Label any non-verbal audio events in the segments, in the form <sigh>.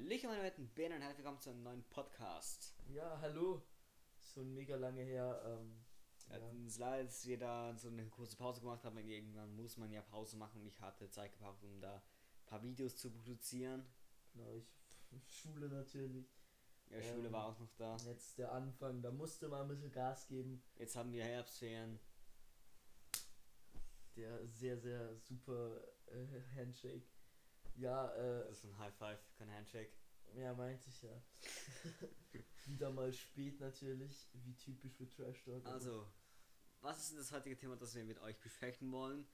Michael meine Wetten Ben und herzlich willkommen zu einem neuen Podcast. Ja, hallo. Schon mega lange her. Ähm, Ja. ja. Uns leid, als wir da so eine kurze Pause gemacht haben, weil irgendwann muss man ja Pause machen und ich hatte Zeit gebraucht, um da ein paar Videos zu produzieren. genau, ich, <laughs> Schule natürlich. Ja, Schule Ähm. war auch noch da. Jetzt der Anfang, da musste man ein bisschen Gas geben. Jetzt haben wir Herbstferien. Der sehr, sehr super äh, <laughs> Handshake. Ja, äh, Das ist ein High Five, kein Handshake. ja, meinte ich ja. Wieder mal spät natürlich, wie typisch für Trash Talk. aber- Also, was ist denn das heutige Thema, das wir mit euch besprechen wollen?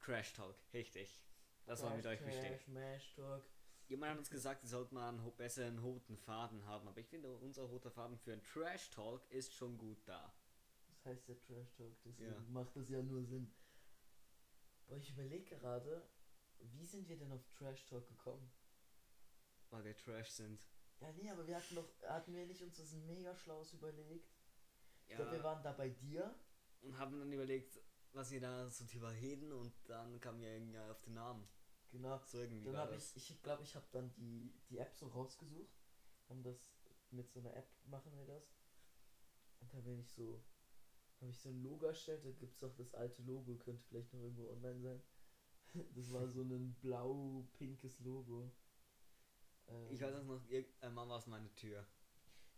Crash Talk, richtig. Das war mit euch Trash, bestimmt. Trash, Smash Talk. Jemand hat uns gesagt, wir sollten mal einen ho- besseren roten Faden haben, aber ich finde, unser roter Faden für einen Trash Talk ist schon gut da. Das heißt ja Trash Talk, deswegen Ja. macht das ja nur Sinn. Aber ich überlege gerade, wie sind wir denn auf Trash Talk gekommen? Weil wir Trash sind. Ja, nee, aber wir hatten doch, hatten wir nicht uns das mega schlaues überlegt? Ich glaube, wir waren da bei dir. und haben dann überlegt, was wir da so drüber reden und dann kamen wir irgendwie auf den Namen. Genau. So irgendwie Dann war habe das. ich, ich glaube, ich habe dann die, die App so rausgesucht. Haben das, mit so einer App machen wir das. Und da bin ich so, habe ich so ein Logo erstellt, da gibt's doch das alte Logo, könnte vielleicht noch irgendwo online sein. <laughs> Das war so ein blau-pinkes Logo. Ähm, Ich weiß auch noch, ihr, äh, Mama war es meine Tür.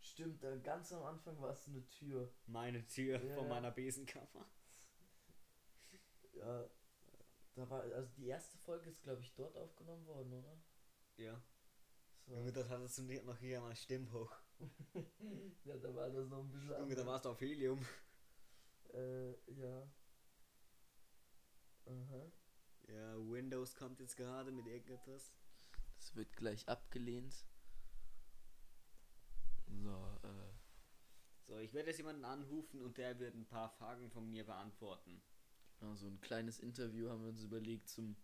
Stimmt, äh, ganz am Anfang war es eine Tür. Meine Tür Ja, von ja. meiner Besenkammer. Ja, da war, also die erste Folge ist, glaube ich, dort aufgenommen worden, oder? Ja. Das war, Junge, das hattest du nicht noch hier mal Stimmhoch. ja, da war das noch ein bisschen Junge, da anders. warst du auf Helium. Äh, ja. Aha. Ja, Windows kommt jetzt gerade mit irgendetwas. Das wird gleich abgelehnt. So, äh, So, ich werde jetzt jemanden anrufen und der wird ein paar Fragen von mir beantworten. ja, so ein kleines Interview haben wir uns überlegt zum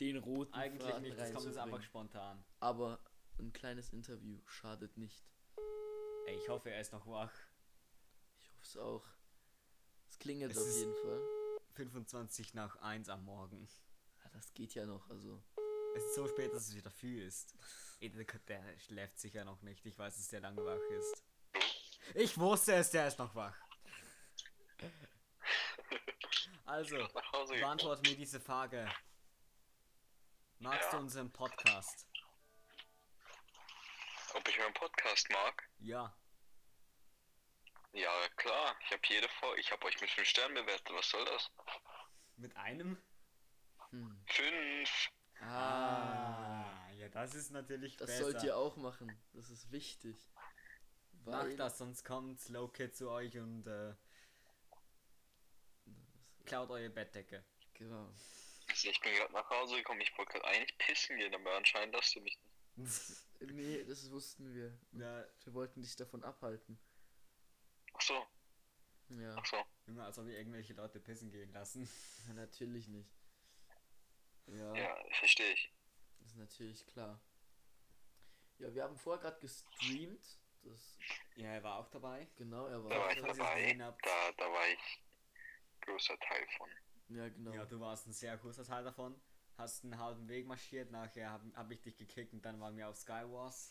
den roten Eigentlich Faden nicht, das kommt jetzt einfach reinzubringen. spontan. Aber ein kleines Interview schadet nicht. Ey, ich hoffe, er ist noch wach. Ich hoffe es auch. Es klingelt Es auf ist- jeden Fall. 25 nach 1 am Morgen. Ja, das geht ja noch, also. Es ist so spät, dass es wieder früh ist. Ey, Der, der schläft sicher noch nicht. Ich weiß, dass der lange wach ist. Ich wusste es, der ist noch wach. Also, nach Hause gekommen. beantworte mir diese Frage. Magst du unseren Podcast? Ob ich meinen Podcast mag? Ja. Ja, klar. Ich habe jede Folge, ich habe euch mit 5 Sternen bewertet. Was soll das? Mit einem? Hm. 5. Ah, Ah, ja, das ist natürlich das besser. sollt ihr auch machen. Das ist wichtig. Macht das, sonst kommt Slow Kid zu euch und äh, klaut eure Bettdecke. <laughs> Genau. Also ich bin gerade nach Hause gekommen. Ich wollte gerade eigentlich pissen gehen, aber anscheinend lasst ihr mich nicht. Nee, das wussten wir. ja, Wir wollten dich davon abhalten. Ach so, Ja, ach so. Junge, als ob wir irgendwelche Leute pissen gehen lassen. natürlich nicht. Ja, Ja, verstehe ich. ist natürlich klar. Ja, wir haben vorher gerade gestreamt. Das, Ja, er war auch dabei. genau, er Da war war. ich falls ihr's dabei. gesehen habt. Da, da war ich großer Teil von. Ja, genau. Ja, du warst ein sehr großer Teil davon. Hast einen halben Weg marschiert, nachher hab, hab ich dich gekickt und dann waren wir auf <laughs> Skywars.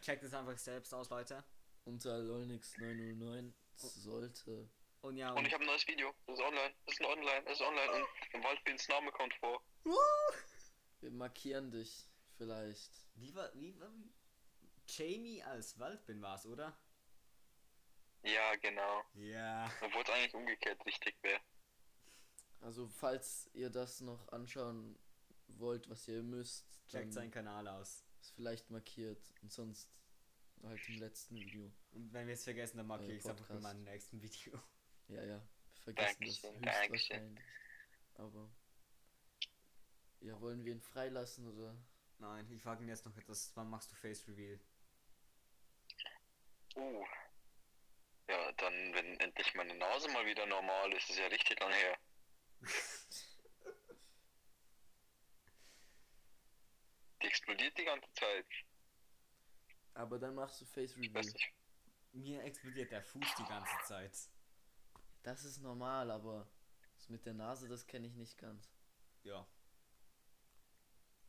Checkt es einfach selbst aus, Leute. Unter Lolnix 909 sollte. Und ja, Und und ich habe ein neues Video. Das ist online. Das ist online. Das ist online. Und im Waldbins Name kommt vor. Wir markieren dich vielleicht. wie war, wie war, wie? Jamie als Waldbin war's, oder? Ja, genau. Ja. Obwohl es eigentlich umgekehrt richtig wäre. Also, falls ihr das noch anschauen wollt, was ihr müsst, dann Checkt seinen Kanal aus. ist vielleicht markiert. Und sonst halt im letzten Video. Und wenn wir es vergessen, dann markiere Euer ich es einfach in Podcast. meinem nächsten Video. Ja, ja. Wir vergessen das Dankeschön, Dankeschön. höchstwahrscheinlich. Aber. Ja, wollen wir ihn freilassen oder? Nein, ich frage ihn jetzt noch etwas. Wann machst du Face Reveal? Uh. Ja, dann, wenn endlich meine Nase mal wieder normal ist, ist ja richtig <laughs> lang her. Die explodiert die ganze Zeit. Aber dann machst du Face Ich weiß Reveal. Hm. nicht. Mir explodiert der Fuß die ganze Zeit. Das ist normal, aber das mit der Nase, das kenne ich nicht ganz. Ja.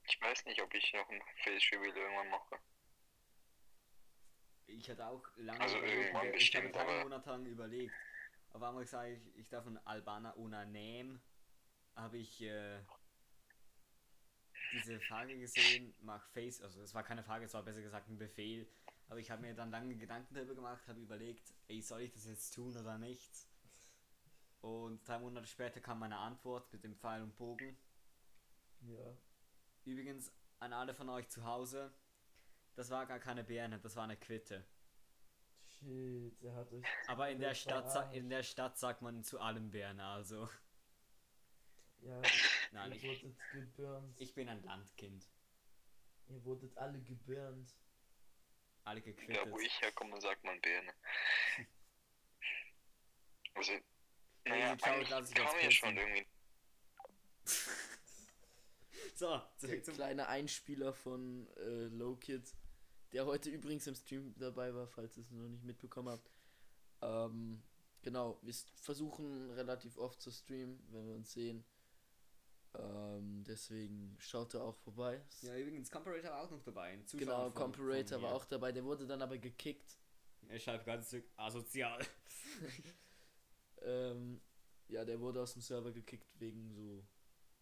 Ich weiß nicht, ob ich noch ein Face Reveal irgendwann mache. Ich hatte auch lange Also überlegt, irgendwann ich bestimmt, habe drei aber- Monate lang überlegt. Auf einmal sage ich, ich darf einen Albaner ohne Name. Habe ich äh, diese Frage gesehen, mach Face, also es war keine Frage, es war besser gesagt ein Befehl. Aber ich habe mir dann lange Gedanken darüber gemacht, habe überlegt, ey, soll ich das jetzt tun oder nicht? Und drei Monate später kam meine Antwort mit dem Pfeil und Bogen. Ja. Übrigens an alle von euch zu Hause, das war gar keine Birne, das war eine Quitte. Shit, er hat euch. Aber in der Das Stadt, sa- verarscht. in der Stadt sagt man zu allem Bern, also. Ja, <laughs> Nein, ihr ich, wurdet geburnt. ich bin ein Landkind. Ihr wurdet alle geburnt. Alle Da wo gequittet. ich herkomme, sagt man <laughs> Birne. Also, Hey, naja, die Cloud eigentlich lass ich kann jetzt man ja schon pissen. irgendwie. <laughs> So, zurück Der zum. kleine Einspieler von äh, Lowkid, der heute übrigens im Stream dabei war, falls ihr es noch nicht mitbekommen habt. Ähm, genau, wir s- versuchen relativ oft zu streamen, wenn wir uns sehen. Ähm, deswegen schaut da auch vorbei. Ja, übrigens, Comparator war auch noch dabei. Ein Zuschauer genau, von- von Comparator war mir. auch dabei, der wurde dann aber gekickt. Er schreibt ganz zurück, asozial. Ähm, ja, der wurde aus dem Server gekickt wegen so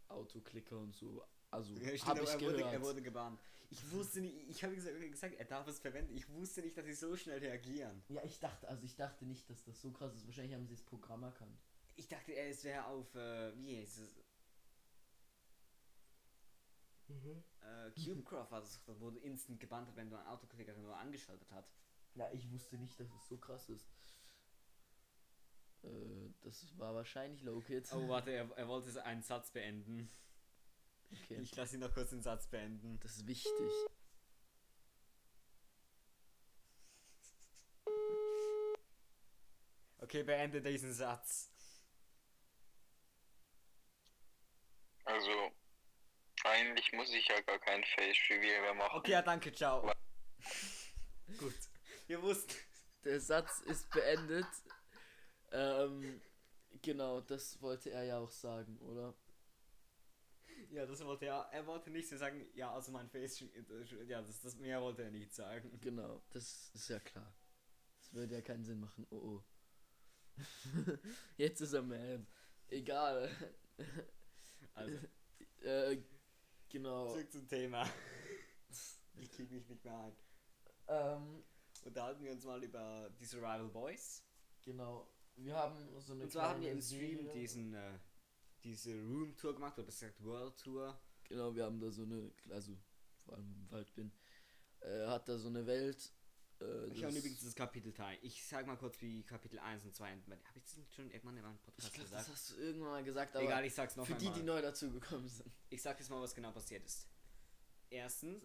Autoklicker und so. Also, Ja, stimmt, habe aber ich er, wurde, gehört. er wurde gebannt. Ich wusste nicht, ich habe gesagt, gesagt, er darf es verwenden. Ich wusste nicht, dass sie so schnell reagieren. Ja, ich dachte, also ich dachte nicht, dass das so krass ist. Wahrscheinlich haben sie das Programm erkannt. Ich dachte, er ist- wäre auf, äh, wie heißt es? Äh, Cubecraft war das, das wurde instant gebannt, wenn du einen Autoklicker nur angeschaltet hat. Ja, ich wusste nicht, dass es so krass ist. Äh, das war wahrscheinlich Lowkid. Oh, warte, er, er wollte so einen Satz beenden. okay. Ich lasse ihn noch kurz den Satz beenden. Das ist wichtig. Okay, beende diesen Satz. Also, eigentlich muss ich ja gar kein Face Reveal mehr machen. Okay, ja, danke, <laughs> ciao. Gut. Wir wussten. Der Satz ist beendet. ähm, genau, das wollte er ja auch sagen, oder? Mhm. Ja, das wollte er. Er wollte nicht so sagen, ja, also mein Face. Ja, das, das mehr wollte er nicht sagen. Genau, das ist ja klar. Das würde ja keinen Sinn machen. Oh <laughs> oh. Jetzt ist er mad. Egal. <laughs> Also, äh, genau. zurück zum Thema. <laughs> Ich krieg mich nicht mehr ein. Ähm, Unterhalten wir uns mal über die Survival Boys. genau. Wir haben so eine Und zwar haben wir kleine im Stream Serie. diesen, äh, diese Room Tour gemacht, oder besser gesagt World Tour. Genau, wir haben da so eine, also vor allem im Wald bin, äh, hat da so eine Welt. Äh, Ich habe das- übrigens das Kapitel Teil. Ich sag mal kurz, wie Kapitel 1 und 2 enden. Habe ich das nicht schon irgendwann in meinem ich Podcast glaube, das gesagt? hast du irgendwann mal gesagt, aber Egal, ich sag's noch für die, einmal. die neu dazugekommen sind. ich sag jetzt mal, was genau passiert ist. Erstens,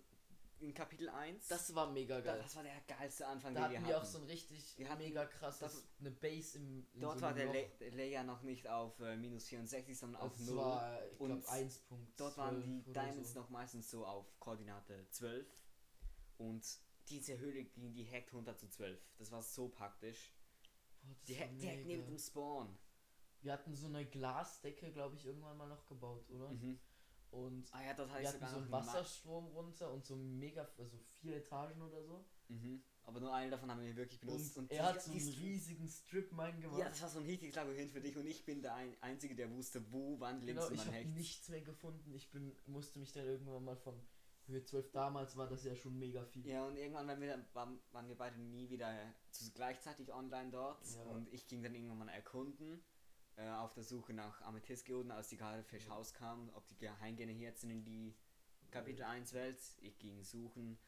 in Kapitel 1, Das war mega da, geil. das war der geilste Anfang, Da den wir hatten hatten. wir auch so ein richtig Wir hatten- mega krasses, das- eine Base im. In Dort so war einem der Loch. Le Layer noch nicht auf äh, minus 64, sondern auf Das 0. war, ich und glaube, 1. Dort waren die Diamonds noch meistens so auf Koordinate 12 und diese Höhle ging die Hack runter zu 12. Das war so praktisch. Boah, das Die war Hack direkt mega. neben dem Spawn. Wir hatten so eine Glasdecke, glaube ich, irgendwann mal noch gebaut, oder? Mhm. Und Ah ja, dort hatte wir ich hatten sogar so noch einen einen Ma- Wasserstrom runter und so mega, also vier Etagen oder so. Mhm. Aber nur eine davon haben wir wirklich benutzt. Und, er hat so die, einen die, riesigen Strip-Mine gemacht. Ja, das war so ein richtiges Labyrinth für dich und ich bin der ein Einzige, der wusste, wo, wann, links genau, und ich wann habe rechts. nichts mehr gefunden. Ich bin, musste mich dann irgendwann mal von Höhe 12, damals war das ja schon mega viel. Ja, und irgendwann waren wir, dann- waren, waren wir beide nie wieder zu, gleichzeitig online dort. Ja. Und ich ging dann irgendwann mal erkunden, äh, auf der Suche nach Amethystgeoden, als die gerade Fisch rauskamen, ob die Geheimgene hier jetzt sind in die Kapitel 1 Welt. Ich ging suchen,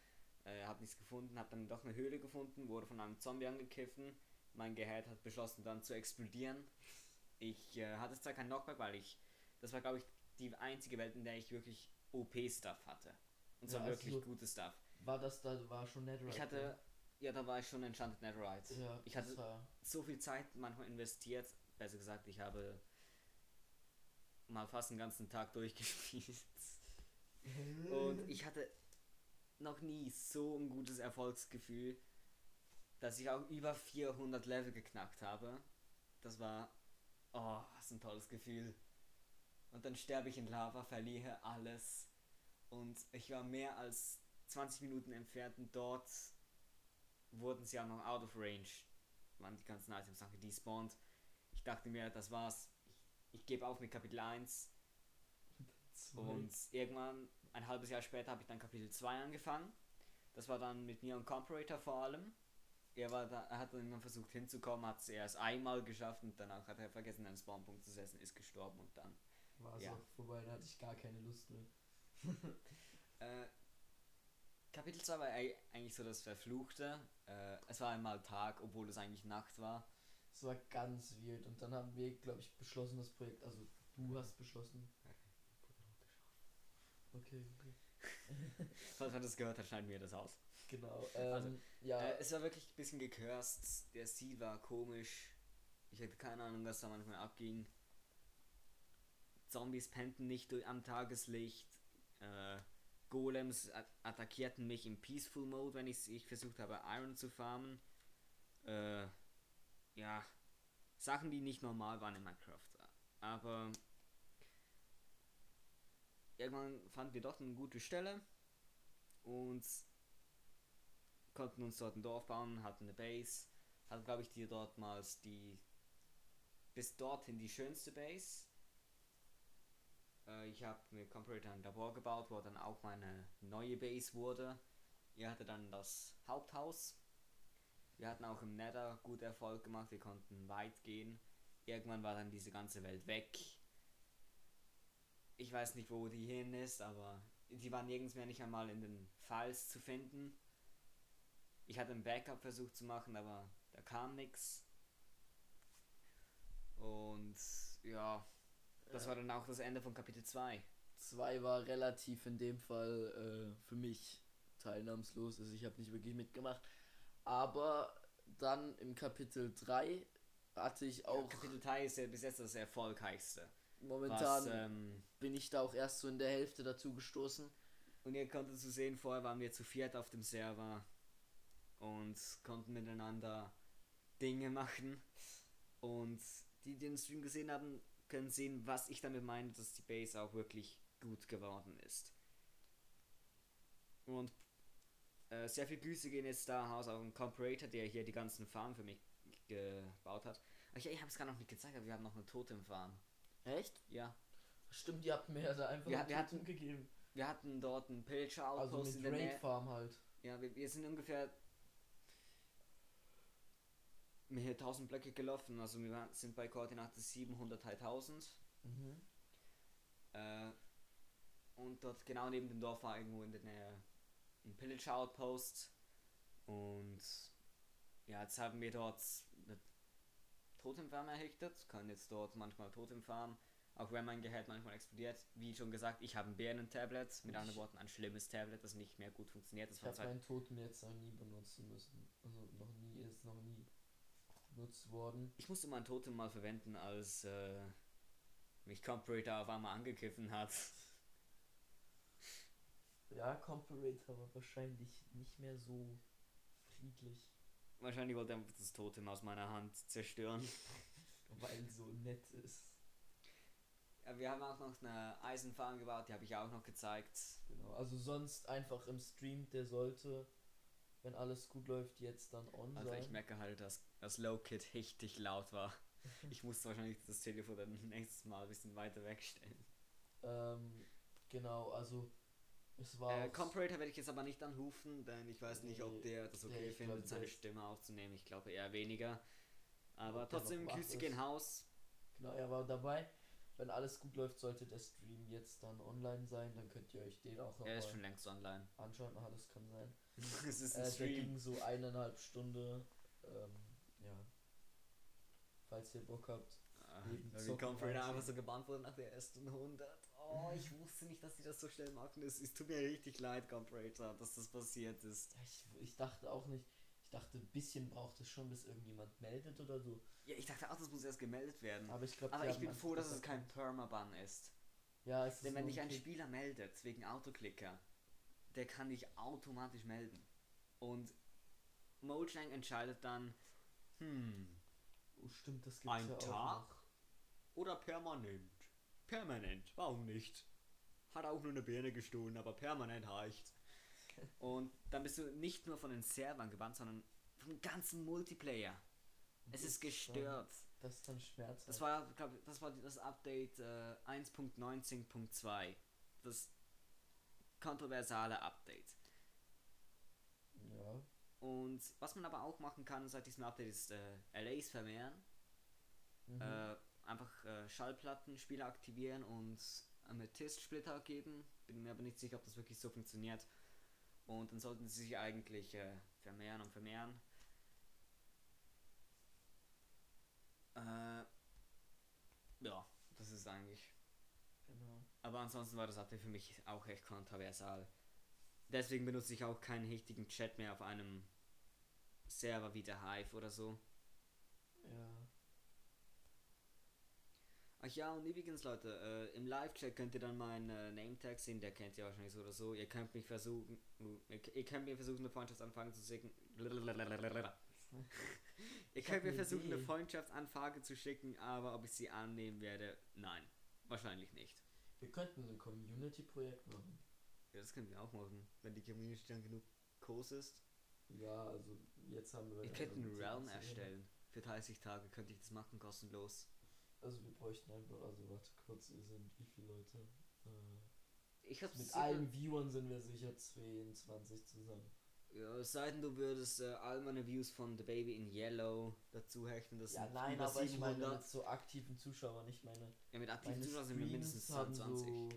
äh, hab nichts gefunden, hab dann doch eine Höhle gefunden, wurde von einem Zombie angegriffen. Mein Gerät hat beschlossen, dann zu explodieren. Ich äh, hatte zwar keinen Knockback, weil ich. Das war, glaube ich, die einzige Welt, in der ich wirklich OP-Stuff hatte. Und zwar Ja, also wirklich so- gutes Stuff. War das da, war schon Netherite. Ich hatte, ja, da war ich schon Enchanted Netherite. ne? ja, ich das hatte- war, So viel Zeit manchmal investiert, besser gesagt, ich habe mal fast den ganzen Tag <laughs> durchgespielt. Und ich hatte noch nie so ein gutes Erfolgsgefühl, dass ich auch über 400 Level geknackt habe. Das war, oh, was ein tolles Gefühl. Und dann sterbe ich in Lava, verliere alles Und ich war mehr als 20 Minuten entfernt und dort wurden sie auch noch out of range. Waren die ganzen Items Sachen despawned. Ich dachte mir, das war's. Ich, ich gebe auf mit Kapitel 1. Und irgendwann, ein halbes Jahr später, habe ich dann Kapitel 2 angefangen. Das war dann mit Neon Comparator vor allem. Er, war da, er hat dann irgendwann versucht hinzukommen, hat es erst einmal geschafft und danach hat er vergessen, einen Spawnpunkt zu setzen, ist gestorben und dann. War es Ja. auch vorbei, da hatte ich gar keine Lust mehr. Äh, Kapitel 2 war ei- eigentlich so das Verfluchte. Äh, es war einmal Tag, obwohl es eigentlich Nacht war. Es war ganz wild und dann haben wir, glaube ich, beschlossen, das Projekt, also du hast beschlossen. Okay, okay. Falls man das gehört hat, schneiden wir das aus. Genau, ähm, Also, ja, Äh, es war wirklich ein bisschen gecurst. Der Stil war komisch. Ich hatte keine Ahnung, was da manchmal abging. Zombies pennten nicht durch, am Tageslicht. Äh, Golems a- attackierten mich im Peaceful Mode, wenn ich, ich versucht habe, Iron zu farmen. Äh, ja, Sachen, die nicht normal waren in Minecraft. Aber irgendwann fanden wir doch eine gute Stelle und konnten uns dort ein Dorf bauen, hatten eine Base, hatten glaube ich die dortmals die bis dorthin die schönste Base. Äh, ich habe mit Comparator ein Labor gebaut, wo dann auch meine neue Base wurde. Ihr hatte dann das Haupthaus. Wir hatten auch im Nether gut Erfolg gemacht, wir konnten weit gehen. Irgendwann war dann diese ganze Welt weg. Ich weiß nicht, wo die hin ist, aber die waren nirgends mehr nicht einmal in den Files zu finden. Ich hatte einen Backup-Versuch zu machen, aber da kam nichts. Und ja, das war dann auch das Ende von Kapitel 2. 2 war relativ in dem Fall äh, für mich teilnahmslos. Also ich habe nicht wirklich mitgemacht. Aber dann im Kapitel 3 hatte ich auch Kapitel 3 ist ja bis jetzt das erfolgreichste. momentan Was, ähm, bin ich da auch erst so in der Hälfte dazu gestoßen. und ihr konntet zu sehen, vorher waren wir zu viert auf dem Server und konnten miteinander Dinge machen. Und die, die den Stream gesehen haben, können sehen, was ich damit meine, dass die Base auch wirklich gut geworden ist. Und äh, sehr viel Grüße gehen jetzt da raus auf den Comparator, der hier die ganzen Farmen für mich gebaut hat. Ich, ich habe es gar noch nicht gezeigt, aber wir haben noch eine Totem-Farm. Echt? Ja. stimmt, ihr habt mir da einfach Wir- einen wir hatten- Typen gegeben. Wir hatten dort einen Pillager-Outpost Also in mit der Raid Nähe. Farm halt. Ja, wir, wir sind ungefähr mir hier 1000 Blöcke gelaufen, also wir waren- sind bei Koordinate 700, 3000. Mhm. Äh, und dort genau neben dem Dorf war irgendwo in der Nähe ein Pillager Outpost. Und ja, jetzt haben wir dort eine Totemfarm errichtet, können jetzt dort manchmal Totem farmen, auch wenn mein Gehalt manchmal explodiert. Wie schon gesagt, ich habe ein Birnen-Tablet, mit anderen Worten ein schlimmes Tablet, das nicht mehr gut funktioniert. Das Ich war habe zwei meinen Toten jetzt noch nie benutzen müssen. Also noch nie, ist noch nie benutzt worden. Ich musste mein Totem mal verwenden, als äh, mich Comparator auf einmal angegriffen hat. <laughs> Ja, Comparator war wahrscheinlich nicht mehr so friedlich, Wahrscheinlich wollte er einfach das Totem aus meiner Hand zerstören. weil so nett ist. Ja, Wir haben auch noch eine Eisenfarm gebaut, die habe ich auch noch gezeigt. Genau. Also sonst einfach im Stream, der sollte, wenn alles gut läuft, jetzt dann on Alter, ich sein. merke halt, dass das Low Kid richtig laut <laughs> war. Ich musste wahrscheinlich das Telefon dann <laughs> nächstes Mal ein bisschen weiter wegstellen. Ähm, genau, also es war Äh, auch- Comparator werde ich jetzt aber nicht anrufen, denn ich weiß nicht, ob Nee, der das der, okay ich findet, glaub, seine der- Stimme aufzunehmen. Ich glaube eher weniger. Aber Ob der noch trotzdem, wach Grüße gehen ist. Haus. Genau, er war dabei. Wenn alles gut läuft, sollte der Stream jetzt dann online sein. Dann könnt ihr euch den auch Er ist schon nochmal längst online. anschauen. Ah, das kann sein. <laughs> es ist ein Äh, der Stream. ging so eineinhalb Stunde. Ähm, ja. Falls ihr Bock habt. Ah, Jeden Wie Zocken Comforter einfach einzeln. so gebannt wurde nach der ersten 100. Oh, ich wusste nicht, dass die das so schnell machen. Es, es tut mir richtig leid, Comforter, dass das passiert ist. Ja, Ich, ich dachte auch nicht. Ich dachte, ein bisschen braucht es schon, bis irgendjemand meldet oder so. Ja, ich dachte auch, das muss erst gemeldet werden. Aber ich glaube, Aber ich bin froh, dass es kein Permaban ist. Ja, es halt- ist Denn wenn nur dich ein ein Kick. Spieler meldet, wegen Autoklicker, der kann dich automatisch melden. Und Mojang entscheidet dann, hm, Oh, stimmt, das gibt's ein ja auch Tag noch. oder permanent. Permanent, warum nicht? hat auch nur eine Birne gestohlen, aber permanent heicht. Und dann bist du nicht nur von den Servern gebannt, sondern vom ganzen Multiplayer. Es ist gestört. Das ist dann schmerzhaft. Das war, glaub, ich, das war das Update äh, 1.19.2. Das kontroversale Update. ja. Und was man aber auch machen kann seit diesem Update ist äh, LAs vermehren. Mhm. Äh, einfach äh, Schallplatten, Spiele aktivieren und Amethyst-Splitter geben. Bin mir aber nicht sicher, ob das wirklich so funktioniert. Und dann sollten sie sich eigentlich äh, vermehren und vermehren. Äh, ja, das ist eigentlich genau. aber ansonsten war das Update für mich auch echt kontroversal. Deswegen benutze ich auch keinen richtigen Chat mehr auf einem Server wie der Hive oder so. Ja. Ach ja, und übrigens Leute, äh, im Live-Chat könnt ihr dann meinen äh, Name-Tag sehen, der kennt ihr wahrscheinlich so oder so. Ihr könnt mich versuchen, ihr ihr könnt mir versuchen, eine Freundschaftsanfrage zu schicken. ihr könnt mir eine versuchen, eine Idee. Freundschaftsanfrage zu schicken, aber ob ich sie annehmen werde, nein. Wahrscheinlich nicht. Wir könnten ein Community-Projekt machen. Ja, das können wir auch machen, wenn die Community dann genug groß ist. Ja, also jetzt haben wir. Ich könnte einen also Realm 10. erstellen. Für 30 Tage könnte ich das machen, kostenlos. Also wir bräuchten einfach, also warte kurz, wir sind wie viele Leute? Äh, Ich hab's mit allen Viewern sind wir sicher 22 zusammen. Ja, es sei denn, du würdest äh, all meine Views von The Baby in Yellow dazu hechten. Das Ja, sind nein, über aber ich meine 700. mit so aktiven Zuschauern, ich meine. ja, mit aktiven Meine Zuschauern sind wir Streams mindestens haben 22. So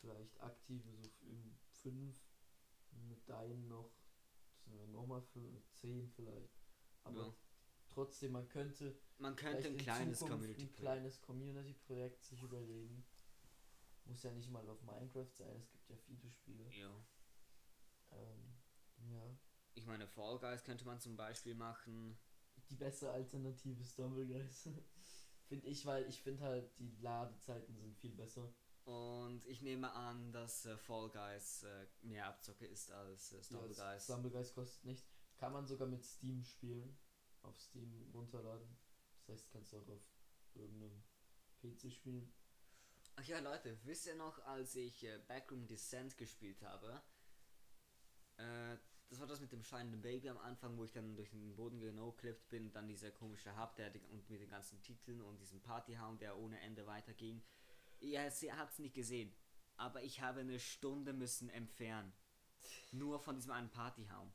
vielleicht aktive so f- fünf, mit deinen noch sind wir nochmal fün- zehn vielleicht. Aber Ja. trotzdem, man könnte Man könnte ein vielleicht in kleines Zukunft Community ein kleines Community-Projekt sich überlegen. Muss ja nicht mal auf Minecraft sein, es gibt ja viele Spiele. Ja. Ähm, ja. Ich meine, Fall Guys könnte man zum Beispiel machen. die bessere Alternative ist <laughs> Dumbleguys. finde ich, weil ich finde halt, die Ladezeiten sind viel besser. Und ich nehme an, dass äh, Fall Guys äh, mehr Abzocke ist als äh, Stumble Ja, Guys. das Dumbleguys kostet nichts. Kann man sogar mit Steam spielen. Auf Steam runterladen. Das heißt, kannst du auch auf irgendeinem PC spielen. Ach ja, Leute, wisst ihr noch, als ich äh, Backroom Descent gespielt habe? Äh, das war das mit dem scheinenden Baby am Anfang, wo ich dann durch den Boden genoclippt bin und dann dieser komische Hub, der die- und mit den ganzen Titeln und diesem Partyhound, der ohne Ende weiterging. Ja, ihr habt's nicht gesehen, aber ich habe eine Stunde müssen entfernen. Nur von diesem einen Partyhound.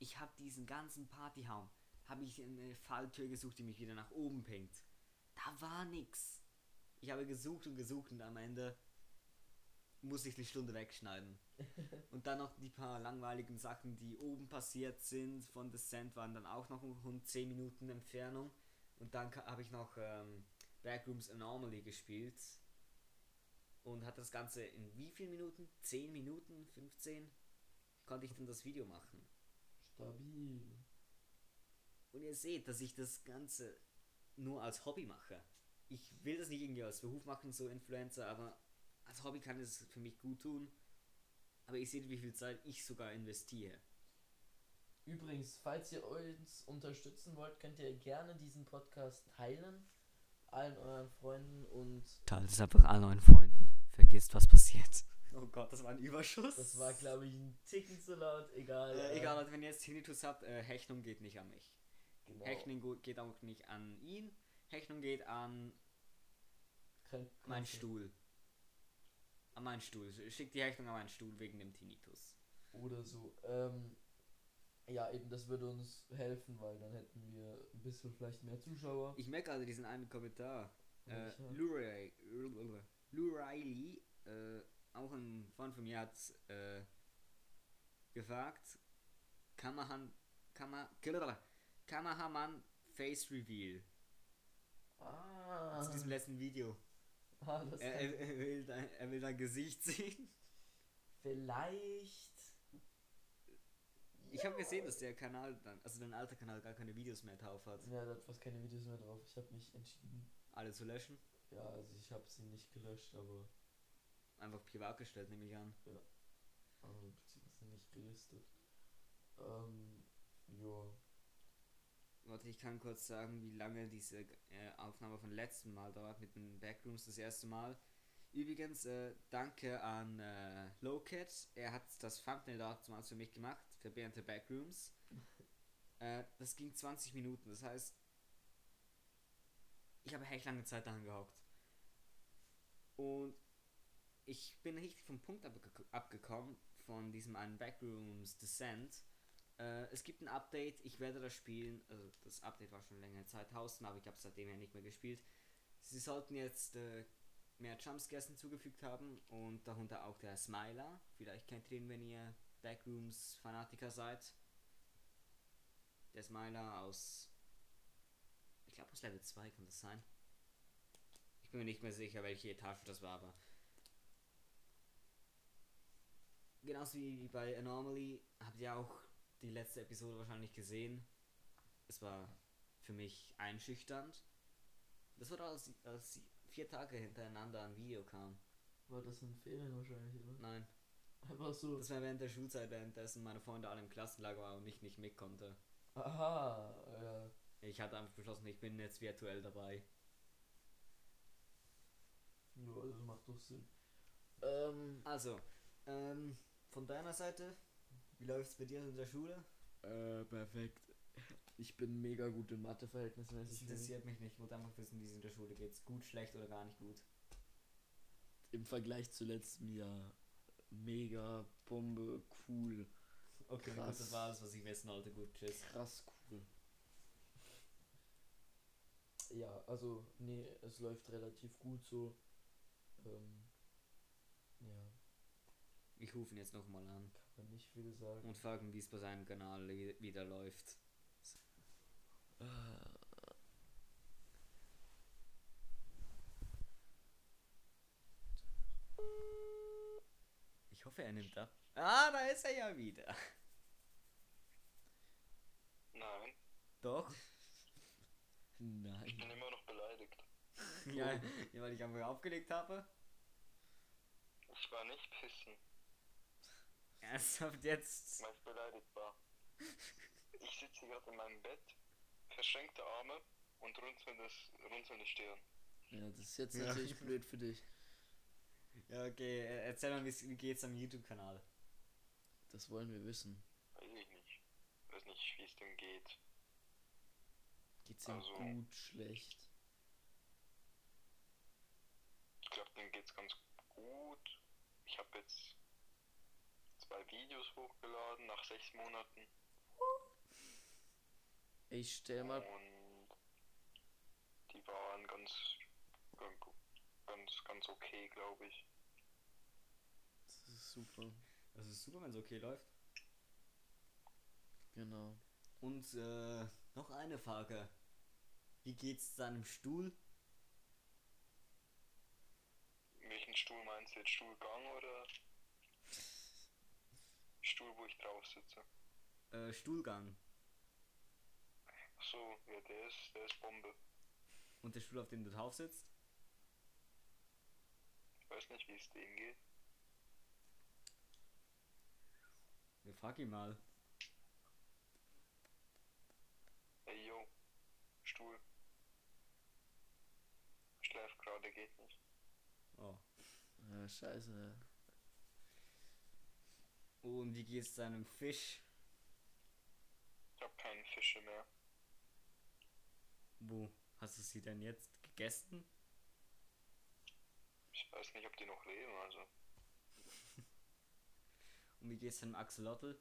Ich habe diesen ganzen Partyhound, habe ich in eine Falltür gesucht, die mich wieder nach oben pinkt. Da war nix. Ich habe gesucht und gesucht und am Ende muss ich die Stunde wegschneiden. und dann noch die paar langweiligen Sachen, die oben passiert sind von Descent, waren dann auch noch rund 10 Minuten Entfernung. Und dann ka- habe ich noch ähm, Backrooms Anomaly gespielt. Und hat das Ganze in wie vielen Minuten? 10 Minuten? 15? Konnte ich denn das Video machen? Stabil. Und ihr seht, dass ich das Ganze nur als Hobby mache. Ich will das nicht irgendwie als Beruf machen, so Influencer, aber als Hobby kann es für mich gut tun. Aber ihr seht, wie viel Zeit ich sogar investiere. Übrigens, falls ihr uns unterstützen wollt, könnt ihr gerne diesen Podcast teilen. Allen euren Freunden und Teilt es einfach allen neuen Freunden. Vergisst, was passiert. Oh Gott, das war ein Überschuss. das war, glaube ich, ein Ticken zu laut. Egal. Äh, äh, egal, also wenn ihr jetzt Tinnitus habt, äh, Hechnung geht nicht an mich. Genau. Hechnung go- geht auch nicht an ihn. Hechnung geht an Kein- meinen kein- Stuhl. An meinen Stuhl. Schickt die Hechnung an meinen Stuhl wegen dem Tinnitus. Oder so. Ähm, ja, eben, das würde uns helfen, weil dann hätten wir ein bisschen vielleicht mehr Zuschauer. Ich merke also diesen einen Kommentar. Äh, Welcher? Luray- Lou Riley, äh, auch ein Freund von mir, hat äh, gefragt: Kamahan, Kama, Kamahaman Face Reveal. Ah, Zu diesem letzten Video. ah, das Er, Äh, kann- er, er, will dein, er will dein Gesicht sehen. <laughs> vielleicht. Ich habe gesehen, dass der Kanal, dann, also dein alter Kanal, gar keine Videos mehr drauf hat. Ja, da hat fast keine Videos mehr drauf. Ich habe mich entschieden. Alle zu löschen. Ja, also ich habe sie nicht gelöscht, aber. Einfach privat gestellt, nehme ich an. Also, beziehungsweise nicht gelistet. Ähm, ja. Warte, ich kann kurz sagen, wie lange diese äh, Aufnahme von letzten Mal dauert mit den Backrooms das erste Mal. Übrigens, äh, danke an äh, Lowcat. Er hat das Thumbnail damals für mich gemacht, für BNT Backrooms. äh, das ging 20 Minuten, das heißt, ich habe echt lange Zeit daran gehockt. Und ich bin richtig vom Punkt abge- abgekommen, von diesem einen Backrooms Descent. Äh, es gibt ein Update, ich werde das spielen. Also das Update war schon länger Zeit draußen, aber ich habe es seitdem ja nicht mehr gespielt. Sie sollten jetzt äh, mehr Jumpscares hinzugefügt haben und darunter auch der Smiler. Vielleicht kennt ihr ihn, wenn ihr Backrooms-Fanatiker seid. Der Smiler aus. Ich glaube aus Level 2 kann das sein. Ich bin mir nicht mehr sicher, welche Etage das war, aber. Genauso Genau wie bei Anomaly habt ihr auch die letzte Episode wahrscheinlich gesehen. Es war für mich einschüchternd. Das war, als, als vier Tage hintereinander ein Video kam. War das in Ferien wahrscheinlich, oder? Nein, Einfach so. das war während der Schulzeit, währenddessen meine Freunde alle im Klassenlager waren und ich nicht mit konnte. Aha, ja. Ich hatte einfach beschlossen, ich bin jetzt virtuell dabei. Ja, das macht doch Sinn. Ähm, Also, ähm, von deiner Seite, wie läuft's bei dir in der Schule? äh, perfekt. Ich bin mega gut in Mathe Das Also verhältnismäßig. finde interessiert mich nicht. Ich wollte einfach wissen, wie es in der Schule geht. Gut, schlecht oder gar nicht gut. ich. Im Vergleich zu letztem Jahr mega Bombe, cool, Okay, gut, Krass. das war alles, was ich wissen wollte. halt Gut, tschüss. krass cool. Ja, also, nee, es läuft relativ gut so. Ähm, ja, Ich rufe ihn jetzt nochmal an kann man nicht viel sagen. und frage ihn, wie es bei seinem Kanal li- wieder läuft. Äh, Ich hoffe, er nimmt ab. Ah, da ist er ja wieder. Nein, Doch. ich nein. bin immer noch beleidigt. <laughs> Ja, ja, weil ich einfach aufgelegt habe. Ich war nicht pissen, Ernsthaft jetzt. weil ich beleidigt war. Ich sitze gerade in meinem Bett, verschränkte Arme und runzelndes, runzelnde Stirn. Ja, das ist jetzt Ja. natürlich blöd für dich. Ja, okay, äh, erzähl mal, wie's- wie geht's am YouTube-Kanal? Das wollen wir wissen. Weiß ich nicht. Weiß nicht, wie es dem geht. Geht's ihm Also- gut, schlecht? Ich glaube, dem geht's ganz gut. Ich habe jetzt zwei Videos hochgeladen nach sechs Monaten. Ey, Ich stell mal Und die waren ganz, ganz, ganz, ganz okay, glaube ich. Das ist super. Das ist super, wenn es Also, okay läuft. Genau. Und äh, noch eine Frage. Wie geht's seinem Stuhl? Welchen Stuhl meinst du jetzt? Stuhlgang oder Stuhl, wo ich drauf sitze? Äh, Stuhlgang. Ach so, ja, der ist, der ist Bombe. Und der Stuhl, auf dem du drauf sitzt? Ich weiß nicht, wie es dem geht. Ja, frag ihn mal. Ey, yo, Stuhl. Schleif gerade geht nicht. Oh. Ja, scheiße. Und wie geht's seinem Fisch? Ich hab keinen Fische mehr. Wo hast du sie denn jetzt gegessen? Ich weiß nicht, ob die noch leben, also. Und wie geht's seinem Axolotl?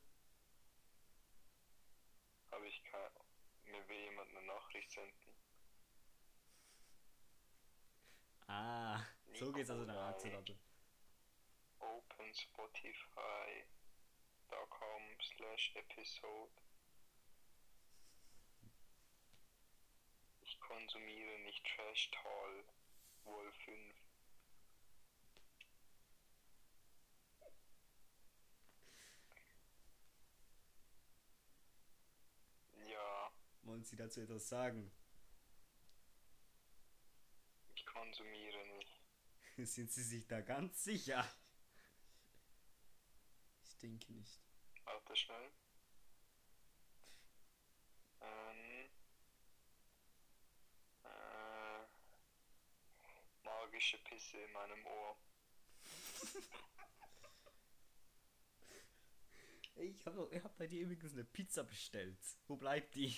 Habe ich kein. Mir will jemand eine Nachricht senden. Ah, so geht's also deinem Nikolai. Axolotl. Open Spotify.com slash episode. Ich konsumiere nicht Trash Tall. Wohl 5. Ja, Wollen Sie dazu etwas sagen? <laughs> ich konsumiere nicht. Sind Sie sich da ganz sicher? Ich denke nicht. Warte schnell. Ähm. Äh. Mal magische Pisse in meinem Ohr. Ich habe ich hab bei dir übrigens eine Pizza bestellt. Wo bleibt die?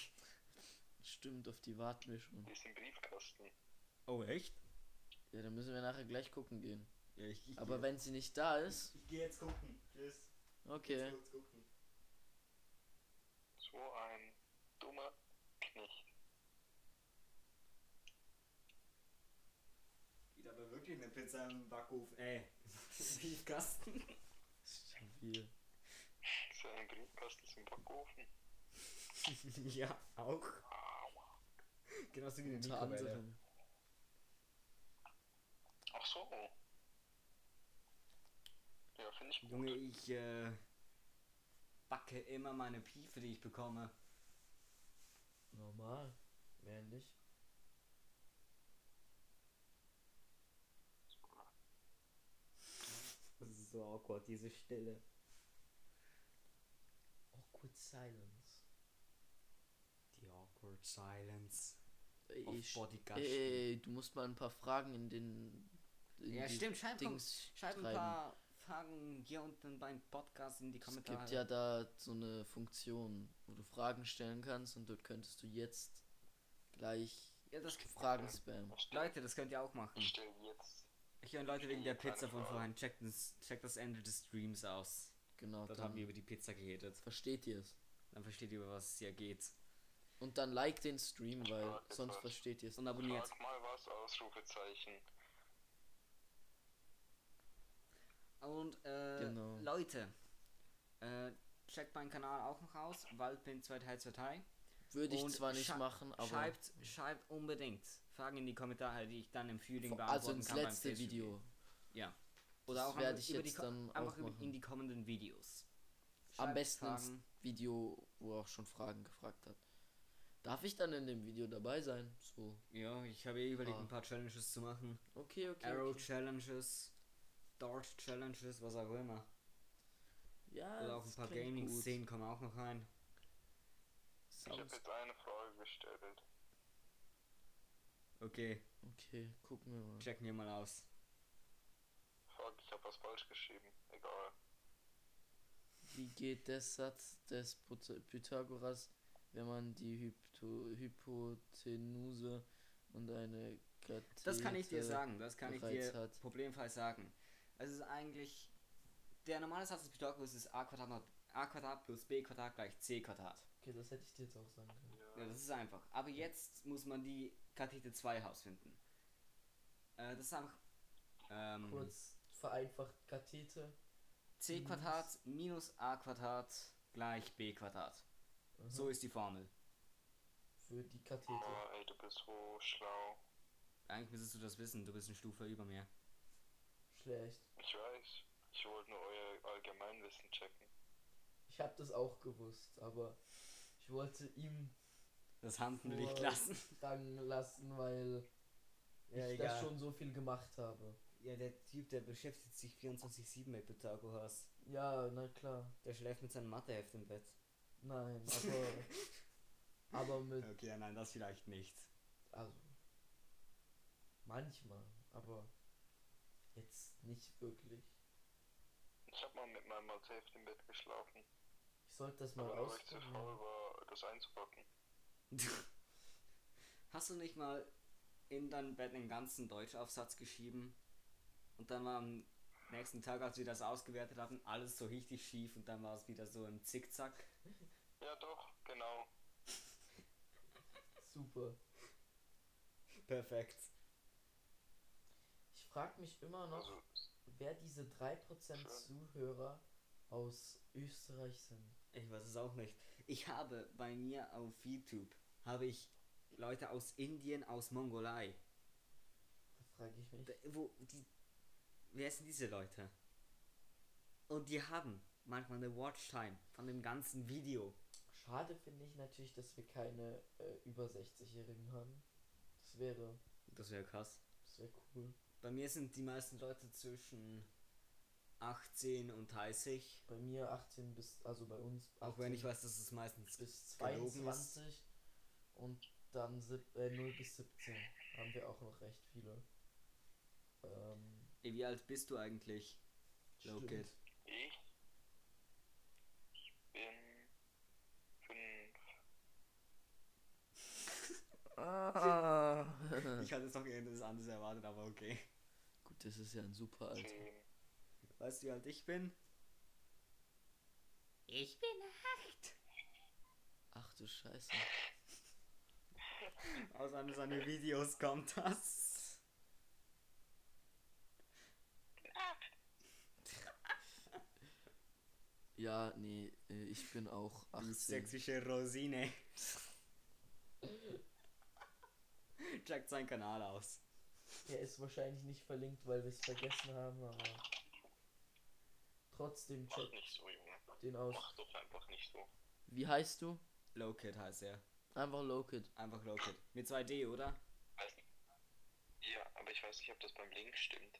Stimmt, auf die warten wir schon. Die ist im Briefkasten. Oh, echt? Ja, dann müssen wir nachher gleich gucken gehen. Ja, ich, ich Aber geh- wenn sie nicht da ist, ich gehe jetzt gucken. Tschüss. okay. Jetzt kurz gucken. So ein dummer Knecht. Geht aber wirklich eine Pizza im Backofen. Äh, im Kasten. Schon viel. So ein Briefkasten ist im Backofen. <laughs> ja, auch. Genauso wie eine Unter Mikrowelle. anderem. Ach so. Ja, finde ich gut. Junge, ich äh, backe immer meine Briefe, die ich bekomme. Normal. Mehr nicht. Das ist so awkward, diese Stille. Awkward silence. Die awkward silence. Ey, Auf sch- Bodyguard. ey, du musst mal ein paar Fragen in den. In Ja, die stimmt, schreib, Dings schreib ein treiben. paar Fragen hier unten beim Podcast in die Es Kommentare. gibt ja da so eine Funktion, wo du Fragen stellen kannst und dort könntest du jetzt gleich Ja, das- Fragen spammen. Ich stell- Leute, das könnt ihr auch machen. ich stell jetzt. Ich höre Leute wegen der Pizza von Keine Frage. vorhin. Checkt das, checkt das Ende des Streams aus. Genau, Dort dann haben wir über die Pizza geredet. versteht ihr es. Dann versteht ihr, über was es hier geht. Und dann like den Stream, weil frag sonst etwas. versteht ihr es. Und abonniert. Frag mal was, Ausrufezeichen. Und äh, Genau. Leute, äh, checkt meinen Kanal auch noch aus. Waldpin 232. Würde ich Und zwar nicht schei- machen, aber Schreibt, schreibt unbedingt Fragen in die Kommentare, die ich dann im Frühling vor- beantworten also ins kann. beim letzte Twitch-Review. Video. Ja. Oder auch werde einfach ich über die jetzt Ko- dann auch einfach über- machen. in die kommenden Videos. Am Schreibt besten ins Fragen. Video, wo er auch schon Fragen gefragt hat. Darf ich dann in dem Video dabei sein? So. Ja, ich habe eh überlegt, Ah. ein paar Challenges zu machen. Okay, okay. Arrow okay. Challenges, Dart Challenges, was auch immer. Ja, Oder auch ein Ah, das paar klingt gut. Gaming-Szenen kommen auch noch rein. Ich habe Sounds- jetzt eine Frage gestellt. Okay, Okay, gucken wir mal. checken wir mal aus. Fuck, ich habe was falsch geschrieben. Egal. Wie geht der Satz des Pyth- Pythagoras, wenn man die Hypto Hypotenuse und eine Kathete Das kann ich dir äh, sagen, das kann ich bereits dir hat. problemfrei sagen. Es ist eigentlich. Der normale Satz des Pythagoras ist a Quadrat, mal- a Quadrat plus b Quadrat gleich c Quadrat. Okay, das hätte ich dir jetzt auch sagen können. Ja, Ja. das ist einfach. Aber jetzt muss man die Kathete 2 herausfinden. Äh, das ist einfach. Ähm, Kurz vereinfacht Kathete. c Quadrat minus a Quadrat gleich b Quadrat. Aha. mhm, So ist die Formel. Für die Kathete. Oh, ey, du bist so schlau. Eigentlich müsstest du das wissen, du bist eine Stufe über mir. Schlecht. Ich weiß. Ich wollte nur euer Allgemeinwissen checken. Ich habe das auch gewusst, aber ich wollte ihm Das Handen will ich Vor- <laughs> lassen. sagen lassen, weil Ja, ich egal. das schon so viel gemacht habe. Ja, der Typ, der beschäftigt sich 24-7 mit Pythagoras. Ja, na klar. Der schläft mit seinem Matheheft im Bett. <laughs> Nein, aber aber mit Okay, ja, nein, das vielleicht nicht. also manchmal, aber jetzt nicht wirklich. Ich habe mal mit meinem Matthäft im Bett geschlafen. Ich sollte das mal Aber weil ich zu ausprobieren. faul war, das einzupacken. <laughs> Hast du nicht mal in dein Bett einen ganzen Deutschaufsatz geschrieben? Und dann war am nächsten Tag, als wir das ausgewertet hatten, alles so richtig schief und dann war es wieder so im Zickzack. Ja, doch, genau. Super. Perfekt. Ich frage mich immer noch, Also, wer diese 3% Schön. Zuhörer aus Österreich sind. Ich weiß es auch nicht. Ich habe bei mir auf YouTube habe ich Leute aus Indien, aus Mongolei. Da frage ich mich. Da- Wo die Wer sind diese Leute? Und die haben manchmal eine Watchtime von dem ganzen Video. Schade finde ich natürlich, dass wir keine äh, über 60-Jährigen haben. Das wäre, Das wäre krass. das wäre cool. Bei mir sind die meisten Leute zwischen 18 und 30. Bei mir 18 bis, also bei uns 18 Auch wenn ich weiß, dass es meistens bis gelogen ist. 22 und dann sieb- äh, 0 bis 17 haben wir auch noch recht viele. Ähm, Ey, wie alt bist du eigentlich? Lowkid. stimmt. Ich bin fünf. Ah. Ich hatte es noch irgendwas anderes erwartet, aber okay. <laughs> Gut, das ist ja ein super Alter. zehn. Weißt du, wie alt ich bin? Ich bin Ach du Scheiße. Aus einem seiner Videos kommt das. Ja, nee, äh, ich bin auch Die 18. sächsische Rosine. <laughs> Checkt seinen Kanal aus. Der ist wahrscheinlich nicht verlinkt, weil wir es vergessen haben, aber trotzdem Mach checkt nicht so, Junge. den aus. Mach doch einfach nicht so. Wie heißt du? Lowkid heißt er. Einfach Lowkid. Einfach Lowkid. Mit 2D, oder? Weiß nicht. Ja, aber ich weiß nicht, ob das beim Link stimmt.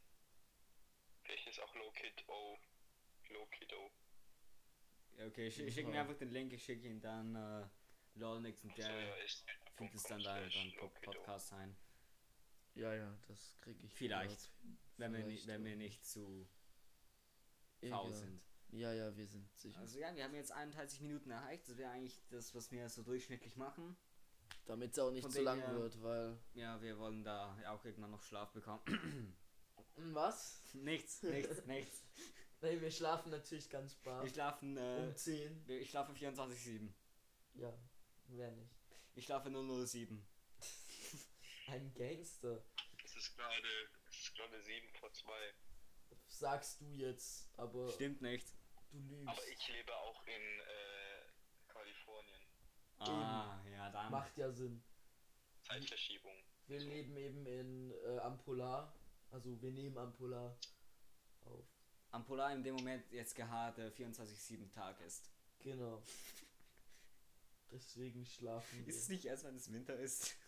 Vielleicht ist auch Low Kid O. Low Kid O. Ja, Okay, schick, schick mir einfach den Link, ich schicke ihn dann äh, Lolnix und So, ja, der ist. fügt es dann da in unseren Pod- Podcast ein. Ja, ja, das krieg ich. Vielleicht. Wenn wir, ni- Vielleicht, wenn wir ja. nicht zu faul Egal. genau. sind. Ja, ja, wir sind sicher. Also ja, wir haben jetzt 31 Minuten erreicht. Das wäre eigentlich das, was wir so durchschnittlich machen. Damit es auch nicht von zu wegen, lang ja. wird, weil. Ja, wir wollen da auch irgendwann noch Schlaf bekommen. <laughs> Hm, Was? nichts, nichts, nichts. Nein, wir schlafen natürlich ganz brav. Wir schlafen, äh, um 10. wir- ich schlafe 24-7. Ja, wer nicht. Ich schlafe 007. Ein Gangster. Es ist gerade. Es ist gerade 7 vor 2. Sagst du jetzt, aber Stimmt nicht. du lügst. Aber ich lebe auch in äh, Kalifornien. Ah, ja, dann. Macht ja Sinn. Zeitverschiebung. Wir leben eben in äh, am Polar. Also wir nehmen am Polar auf. Am Polar in dem Moment jetzt gerade 24-7 Tag ist. Genau. Deswegen schlafen wir. Ist es nicht erst, wenn es Winter ist? <laughs>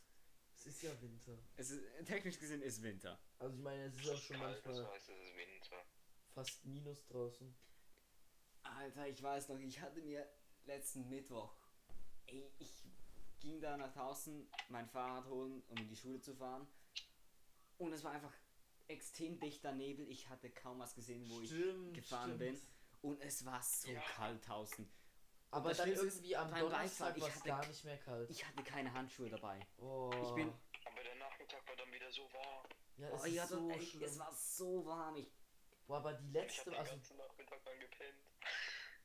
Es ist ja Winter. Es ist, technisch gesehen ist Winter. Also ich meine, es ist auch schon Kalt, das manchmal heißt, es ist Winter. fast minus draußen. Alter, ich weiß noch, ich hatte mir letzten Mittwoch, ey, ich ging da nach draußen mein Fahrrad holen, um in die Schule zu fahren. Und es war einfach extrem dichter Nebel. Ich hatte kaum was gesehen, wo ich gefahren bin. Und es war so kalt draußen. Aber das dann Schlimmste ist, irgendwie am beim Donnerstag Beifahren, war ich es hatte- gar nicht mehr kalt. Ich hatte keine Handschuhe dabei. Boah. Ich bin. Aber der Nachmittag war dann wieder so warm. ja, Oh, es Oh, ist ich hatte, so ey, schlimm. es war so warm. Ich, Boah, aber die Ich habe letzte, den also ganzen Nachmittag dann gepennt.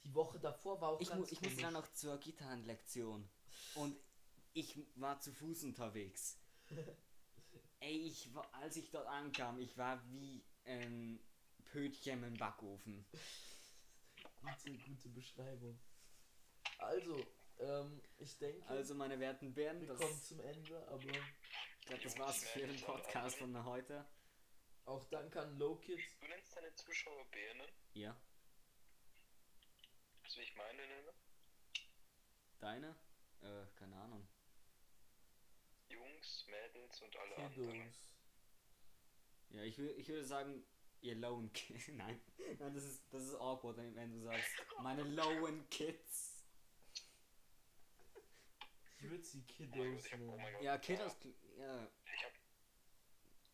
die Woche davor war auch ich, mu ganz ich musste komisch. dann noch zur Gitarrenlektion. Und ich war zu Fuß <laughs> unterwegs. Ey, ich war, als ich dort ankam, ich war wie ein Pötchen im Backofen. Gute, gute Beschreibung. Also, ähm, ich denke, Also, meine werten Bären, wir das, kommen zum Ende, aber ich glaube, das war's für den Podcast von heute. auch danke an Lowkid. Du nennst deine Zuschauer Birnen. Ja, Also ich meine nenne. deine? Äh, keine Ahnung. Jungs, Mädels und alle anderen. Kiddos. Ja, ich, wür- ich würde sagen, ihr Lone Kids. <laughs> Nein. Nein, das ist, das ist awkward, wenn wenn du sagst, meine Lowen Kids. Ich würde sie Oh mein Gott, Kiddos ich hab, oh nennen. mein Gott. Ja, Kiddos. kli- Ja, Ich hab,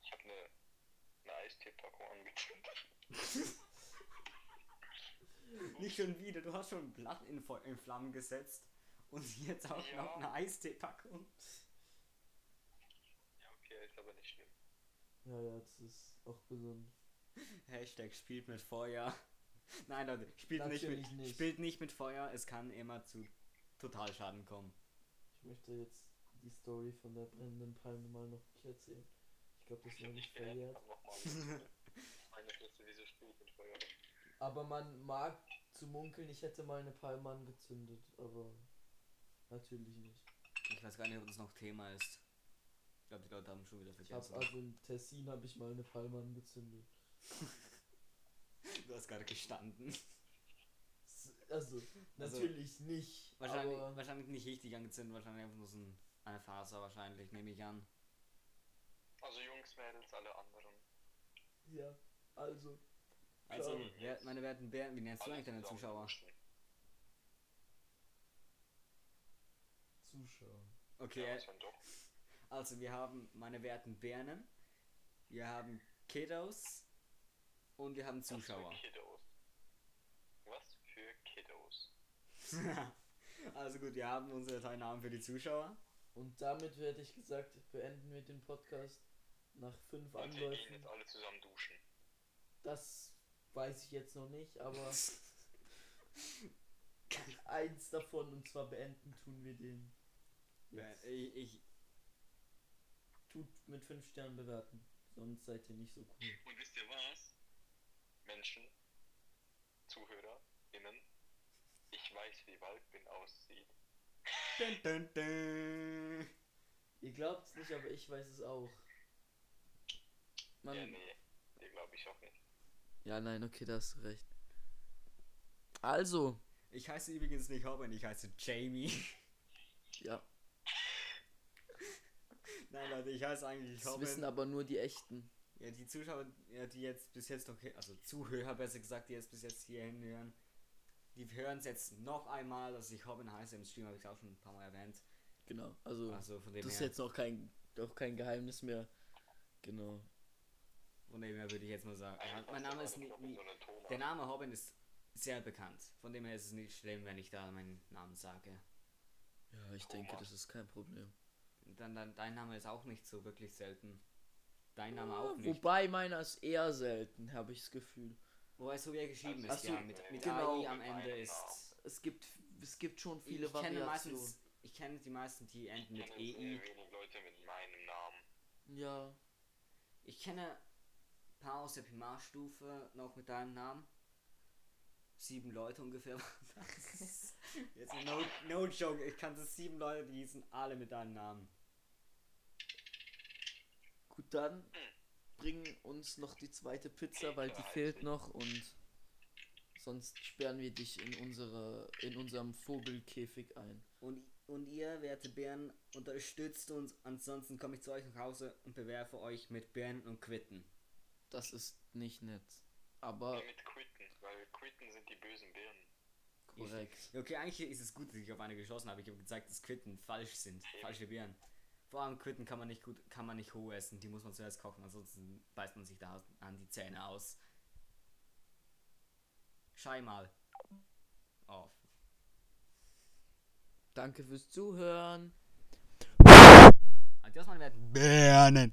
ich hab ne, eine, eine Eisteepackung angezündet. Nicht schon wieder, du hast schon ein Blatt in, Feu- in Flammen gesetzt und <laughs> jetzt auch Ja. noch eine Eisteepackung. <laughs> Ja, okay, ist aber nicht schlimm. Ja, ja, das ist auch gesund. Hashtag spielt mit Feuer. <laughs> Nein, Leute, spielt nicht Natürlich mit, nicht. spielt nicht mit Feuer, es kann immer zu Totalschaden kommen. Ich möchte jetzt die Story von der brennenden Palme mal noch erzählen. Ich glaube, das ist Ich hab noch nicht nicht gelernt, verjährt. aber nochmal. Meine Schlüssel, wieso spiel ich mit Feuer? Aber man mag zu munkeln, ich hätte mal eine Palme angezündet, aber natürlich nicht. Ich weiß gar nicht, ob das noch Thema ist. Ich glaube, die Leute haben schon wieder Ich hab, vergessen. also in Tessin habe ich mal eine Palme angezündet. Du hast gerade gestanden. S- Also, natürlich nicht. Wahrscheinlich, aber wahrscheinlich nicht richtig angezündet, wahrscheinlich einfach nur so ein, eine Faser, wahrscheinlich, nehme ich an. Also Jungs, Mädels, alle anderen. ja, also. Also, Klar. wer, meine werten Bären, wie nennst du Alle eigentlich deine zusammen Zuschauer? duschen. Zuschauer. Okay, Ja, ist dann doch. Also wir haben meine werten Birnen, wir haben Kiddos und wir haben Zuschauer. Was für Kiddos? Was für Kiddos? <laughs> also gut, wir haben unsere drei Namen für die Zuschauer. Und damit werde ich gesagt, beenden wir den Podcast nach fünf Und wir gehen Anläufen. jetzt alle zusammen duschen. Das weiß ich jetzt noch nicht, aber eins davon und zwar beenden tun wir den. Jetzt. Ich, ich, Tut mit fünf Sternen bewerten, sonst seid ihr nicht so cool. Und wisst ihr was? Menschen, Zuhörer, innen, ich weiß, wie Waldbin aussieht. dun, dun, dun. Ihr glaubt es nicht, aber ich weiß es auch. Man, Ja, nee, dir glaube ich auch nicht. Ja, nein, okay, da hast du recht. Also, Ich heiße übrigens nicht Robin, ich heiße Jamie. <laughs> ja, Nein, Leute, ich heiße eigentlich das Robin. wissen aber nur die echten. Ja, die Zuschauer, ja, die jetzt bis jetzt noch, hier- also Zuhörer besser gesagt, die jetzt bis jetzt hier hinhören, die hören es jetzt noch einmal, dass ich Robin heiße. Im Stream habe ich es auch schon ein paar Mal erwähnt. Genau, also, Also von dem das ist her, jetzt auch kein, auch kein Geheimnis mehr. Genau. von dem her würde ich jetzt mal sagen. Ja, Eigentlich mein Name passt ist der nie, Name nie, so eine Thomas. Der Name Robin ist sehr bekannt. Von dem her ist es nicht schlimm, wenn ich da meinen Namen sage. Ja, ich denke, das ist kein Problem. Dann, dann dein Name ist auch nicht so wirklich selten. Dein Name Ah, auch nicht. Wobei meiner ist eher selten, habe ich das Gefühl. Wobei es so wie er geschrieben Ach ist, so, ja. Mit, mit genau. AI am Ende ist. Es gibt, es gibt schon viele ich kenne Variationen. meistens, ich kenne die meisten, die enden Ich mit E kenne EI. sehr wenig Leute mit meinem Namen. Ja, Ich kenne ein paar aus der Primarstufe noch mit deinem Namen. Sieben Leute ungefähr. <laughs> waren das. Jetzt no, no joke, ich kannte sieben Leute, die hießen alle mit deinem Namen. gut, dann bringen uns noch die zweite Pizza, weil die fehlt noch und sonst sperren wir dich in unsere, in unserem Vogelkäfig ein. Und, und ihr, werte Bären, unterstützt uns. Ansonsten komme ich zu euch nach Hause und bewerfe euch mit Bären und Quitten. Das ist nicht nett. Aber Oh. Nee, mit Quitten, weil Quitten sind die bösen Birnen. korrekt. Ja, Okay, eigentlich ist es gut, dass ich auf eine geschossen habe. Ich habe gezeigt, dass Quitten falsch sind. Eben. Falsche Bären. Vor allem Quitten kann man nicht gut, kann man nicht roh essen. Die muss man zuerst kochen, ansonsten beißt man sich da an die Zähne aus. Schei mal. Oh, Auf. Danke fürs Zuhören. Adios, meine Werten.